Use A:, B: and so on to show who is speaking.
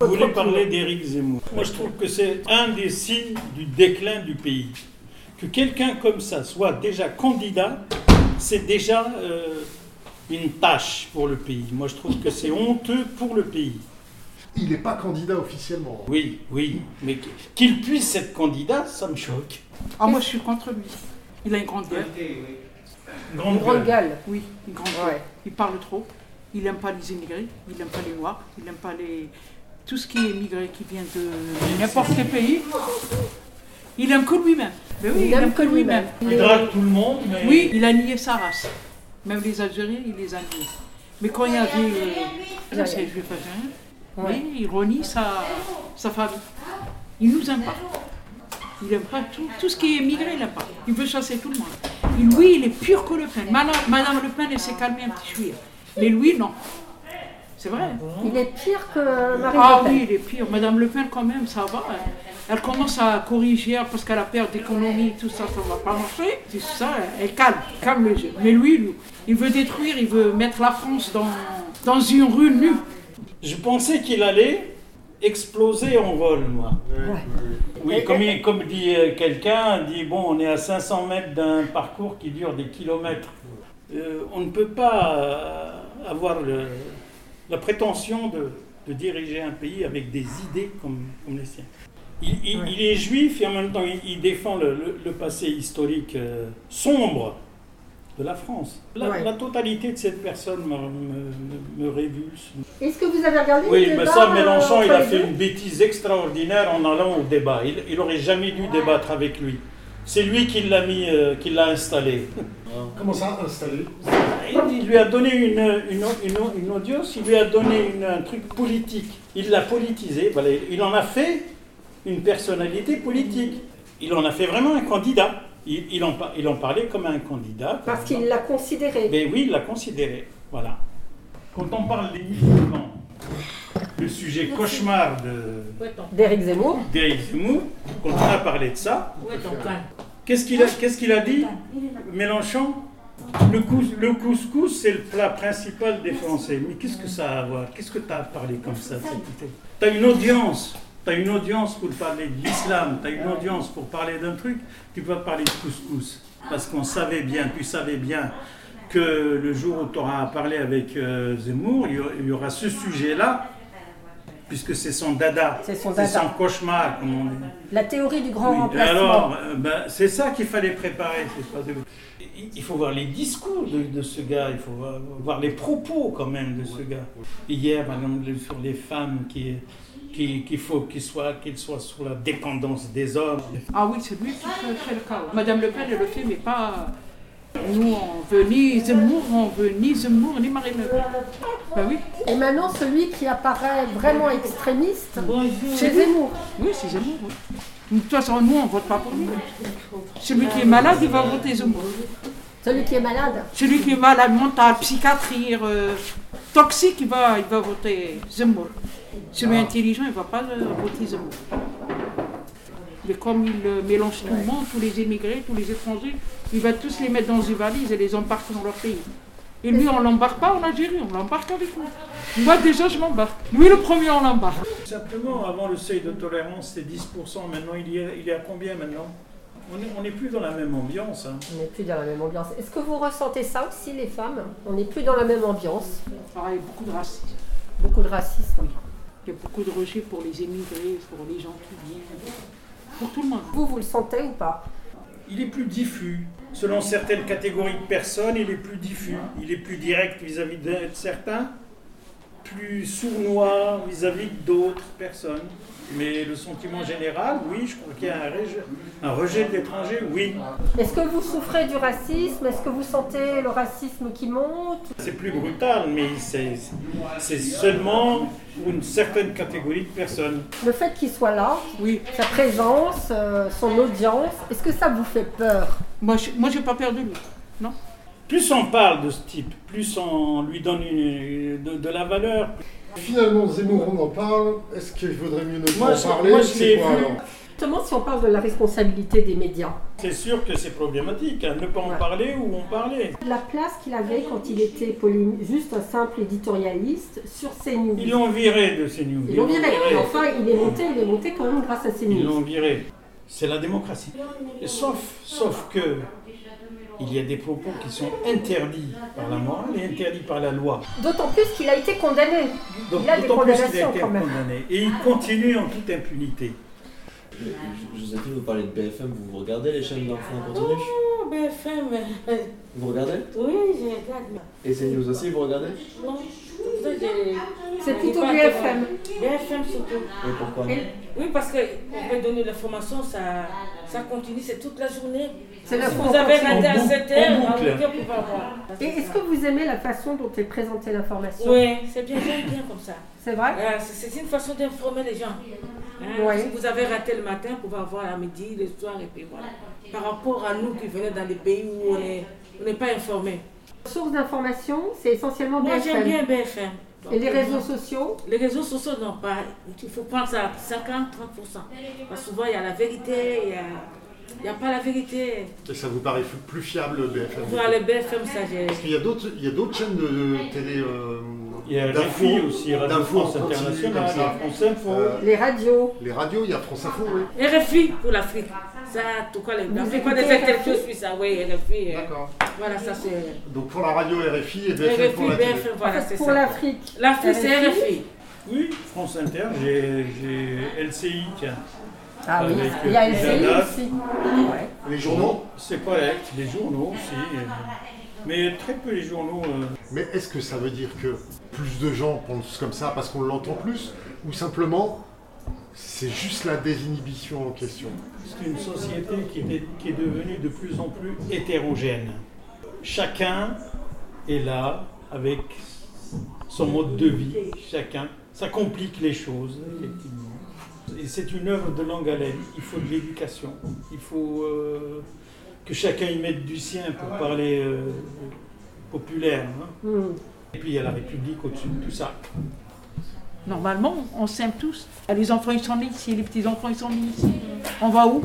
A: Vous voulez parler d'Éric Zemmour. Moi, je trouve que c'est un des signes du déclin du pays. Que quelqu'un comme ça soit déjà candidat, c'est déjà euh, une tâche pour le pays. Moi, je trouve que c'est honteux pour le pays.
B: Il n'est pas candidat officiellement.
A: Oui, oui, mais qu'il puisse être candidat, ça me choque.
C: Ah, moi, je suis contre lui. Il a une grande gueule.
A: Grande
C: Une grande
A: gueule.
C: gueule, oui, une grande gueule. Il parle trop. Il n'aime pas les immigrés, il n'aime pas les noirs, il n'aime pas les... tout ce qui est immigré qui vient de n'importe quel pays. Il aime que lui-même. Mais oui, il, aime que lui-même.
A: Il drague tout le monde, mais
C: Oui, il a nié sa race. Même les Algériens, il les a niés. Mais quand il y a des euh, c'est juifs algériens, oui, il renie sa, sa famille. Il nous aime pas. Il aime pas tout, tout ce qui est immigré, il n'aime pas. Il veut chasser tout le monde. Et lui, il est pur que Le Pen. Madame, Madame Le Pen, elle s'est calmée un petit chouïa. Mais lui, non. C'est vrai.
D: Il est pire que Marine
C: Ah
D: Le Pen.
C: oui, il est pire. Madame Le Pen, quand même, ça va. hein. Elle commence à corriger hein, parce qu'elle a peur d'économie, tout ça, ça ne va pas marcher. C'est ça, hein. elle calme, calme le jeu. Mais lui, lui, il veut détruire, il veut mettre la France dans, dans une rue nue.
A: je pensais qu'il allait exploser en vol, moi. Oui, comme, il- comme dit euh, quelqu'un, dit bon, on est à 500 mètres d'un parcours qui dure des kilomètres. Euh, on ne peut pas euh, avoir le- la prétention de, de diriger un pays avec des idées comme, comme les siennes. Il, il- il est juif et en même temps il, il défend le, le- le passé historique euh, sombre de la France. La,
D: Ouais.
A: la totalité de cette personne me, me- me- me révulse.
D: Est-ce que vous avez regardé
A: Oui,
D: le
A: mais
D: débat,
A: ça,
D: euh,
A: Mélenchon,
D: entre
A: il a
D: les
A: fait
D: deux
A: une bêtise extraordinaire en allant au débat. Il, il aurait jamais dû débattre avec lui. C'est lui qui l'a mis, euh, qui l'a installé.
B: Comment ça, installé
A: Il, il lui a donné une, une, une- une audience, il lui a donné une- un truc politique. Il l'a politisé. voilà. Il en a fait une personnalité politique. Il en a fait vraiment un candidat. Il, il en, par- il en parlait comme un candidat.
D: Parce qu'il l'a considéré.
A: Mais oui, il l'a considéré. Voilà. Quand on parle des musulmans, le sujet cauchemar de,
D: D'Éric Zemmour.
A: Dave Zemmour, quand on a parlé de ça, qu'est-ce qu'il a, qu'est-ce qu'il a dit Mélenchon le, cous- le couscous, c'est le plat principal des Français. Mais qu'est-ce que ça a à voir Qu'est-ce que tu as parlé comme ça Tu as une audience. Tu as une audience pour parler de l'islam. Tu as une audience pour parler d'un truc. Tu peux pas parler de couscous. Parce qu'on savait bien, tu savais bien que le jour où tu auras à parler avec euh, Zemmour, il y aura- il y aura ce sujet-là. Puisque c'est son dada,
D: C'est son dada.
A: cauchemar, comme on dit.
D: La théorie du grand
A: Oui,
D: remplacement.
A: Alors, euh, ben, c'est ça qu'il fallait préparer. c'est pas de- Il- Il faut voir les discours de, de ce gars, il faut voir, voir les propos quand même de ce gars. Hier, par exemple, le- sur les femmes qui qui- qu'il faut qu'ils soient, qu'ils soient sous la dépendance des hommes.
C: Ah oui, c'est lui qui fait, fait le chaos. Madame Le Pen, elle le fait, mais pas. Nous, on veut ni Zemmour, on veut ni Zemmour, ni Marine Le Pen. Ben oui,
D: Et maintenant, celui qui apparaît vraiment extrémiste, c'est Zemmour.
C: oui, c'est Zemmour. oui. De toute façon, nous, on vote pas pour lui. Celui qui est malade, il va voter Zemmour.
D: Celui qui est malade.
C: Celui qui est malade mental, psychiatrie, euh, toxique, il va, il va voter Zemmour. Celui intelligent, il ne va pas euh, voter Zemmour. Mais comme il euh, mélange tout le monde, tous les immigrés, tous les étrangers, il va tous les mettre dans une valise et les embarquer dans leur pays. Et lui, on ne l'embarque pas en Algérie, on l'embarque avec nous. Moi, déjà, je m'embarque. Lui, le premier, on l'embarque.
A: Simplement, avant le seuil de tolérance, c'était 10%. Maintenant, il, y est- il est à combien maintenant On n'est on n'est plus dans la même ambiance. hein.
D: On n'est plus dans la même ambiance. Est-ce que vous ressentez ça aussi, les femmes On n'est plus dans la même ambiance.
C: Ah, il y a beaucoup de racisme.
D: Beaucoup de racisme.
C: Il y a beaucoup de rejet pour les immigrés, pour les gens qui viennent, pour tout le monde.
D: Vous, vous le sentez ou pas
A: Il est plus diffus. Selon certaines catégories de personnes, il est plus diffus. Il est plus direct vis-à-vis de certains, plus sournois vis-à-vis d'autres personnes. Mais le sentiment général, oui, je crois qu'il y a un rejet, un rejet de l'étranger, oui.
D: Est-ce que vous souffrez du racisme Est-ce que vous sentez le racisme qui monte
A: C'est plus brutal, mais c'est c'est seulement pour une certaine catégorie de personnes.
D: Le fait qu'il soit là,
C: Oui,
D: sa présence, euh, son audience, est-ce que ça vous fait peur
C: moi, je moi, j'ai pas peur de lui. Non
A: Plus on parle de ce type, plus on lui donne une- de- de la valeur,
B: Finalement, Zemmour, on en parle. Est-ce qu'il vaudrait mieux ne pas
A: Moi,
B: en
A: je-
B: parler
A: moi, je
B: C'est
A: l'ai
B: quoi,
A: vu.
B: alors
D: Justement, si on parle de la responsabilité des médias,
A: C'est sûr que c'est problématique, hein, ne pas en
D: Ouais.
A: parler ou en parler.
D: la place qu'il avait quand il était poly- juste un simple éditorialiste sur CNews.
A: Ils l'ont viré de ces news.
D: Ils l'ont viré. Mais Enfin, il est monté, il est monté quand même grâce à
A: Ils
D: CNews.
A: l'ont viré. C'est la démocratie. Et sauf, sauf que il y a des propos qui sont interdits par la morale et interdits par la loi.
D: D'autant plus qu'il a été condamné.
A: Donc
D: Il a des
A: d'autant plus qu'il a
D: condamnations,
A: été
D: quand même.
A: condamné. Et il continue en toute impunité.
E: Joséphine, vous parlez de BFM, vous, vous regardez les chaînes d'infos en continu
F: Oh, BFM, euh,
E: Vous regardez
F: oui, je regarde. mais-
E: Et CNews aussi, vous regardez
F: Non, comme ça, je-
D: C'est
F: je
D: plutôt
F: n'ai pas
D: BFM.
F: de- BFM surtout.
E: Et pourquoi
F: Oui, parce qu'on peut donner l'information, ça, ça continue, c'est toute la journée.
D: C'est la
F: Si
D: fois
F: vous avez
D: qu'on
F: raté à
A: continue.
F: 7 heures,
A: En
F: à
A: boucle.
F: 8 heures, vous pouvez avoir.
D: Et est-ce que vous aimez la façon dont est présentée l'information
F: Oui, c'est bien, j'aime bien comme ça.
D: C'est vrai
F: Ah, c'est c'est une façon d'informer les gens. Hein,
D: Ouais.
F: Si vous avez raté le matin, vous pouvez avoir à midi, le soir, et puis voilà. Par rapport à nous qui venons dans les pays où on est- on n'est pas informés.
D: Source d'information, c'est essentiellement
F: Moi,
D: BFM.
F: j'aime bien BFM.
D: Et les réseaux sociaux
F: Les réseaux sociaux n'ont pas. Il faut prendre ça à 50, 30%. Parce que souvent, il y a la vérité, il y a. Il n'y a pas la vérité.
B: Et ça vous paraît f- plus fiable, BFM
F: Voir les BFM, ça j'ai.
B: Parce qu'il y a d'autres, il y a d'autres chaînes de télé. euh,
A: Il y a
B: d'infos-
A: RFI aussi, Radio
B: d'infos en
A: France
B: continu,
A: Internationale,
B: comme ça.
A: France Info.
B: Euh,
D: Les radios
B: les radios, il y a France Info, oui.
F: RFI pour l'Afrique. Ça, tout cas, les
D: Vous
F: l'Afrique, on a
D: écoutez
F: des interviews
D: RFI?
F: suisses, ah oui, RFI. euh,
B: D'accord.
F: Voilà, ça c'est.
B: Donc pour la radio RFI et BFM
F: RFI,
B: pour la télé.
F: BFM, voilà, c'est
D: pour
F: ça.
D: l'Afrique.
F: L'Afrique, c'est
D: RFI.
F: RFI.
A: Oui, France Inter, j'ai j'ai LCI, tiens.
D: Ah oui,
A: Avec,
D: il y a
A: euh,
D: LCI
A: Jeanne
D: aussi. Ouais.
B: Les journaux.
A: C'est correct, les journaux aussi. euh, Mais très peu les journaux. euh,
B: Mais est-ce que ça veut dire que plus de gens pensent comme ça parce qu'on l'entend plus ou simplement c'est juste la désinhibition en question
A: C'est une société qui est, qui est devenue de plus en plus hétérogène. Chacun est là avec son mode de vie, chacun. Ça complique les choses, effectivement. Et c'est une œuvre de longue haleine. Il faut de l'éducation. Il faut euh, que chacun y mette du sien pour parler euh, populaire. hein.
D: Hmm.
A: Et puis il y a la République au-dessus de tout ça.
C: Ah, Normalement, on s'aime tous. Les enfants, ils sont nés ici, les petits-enfants, ils sont nés ici. On va où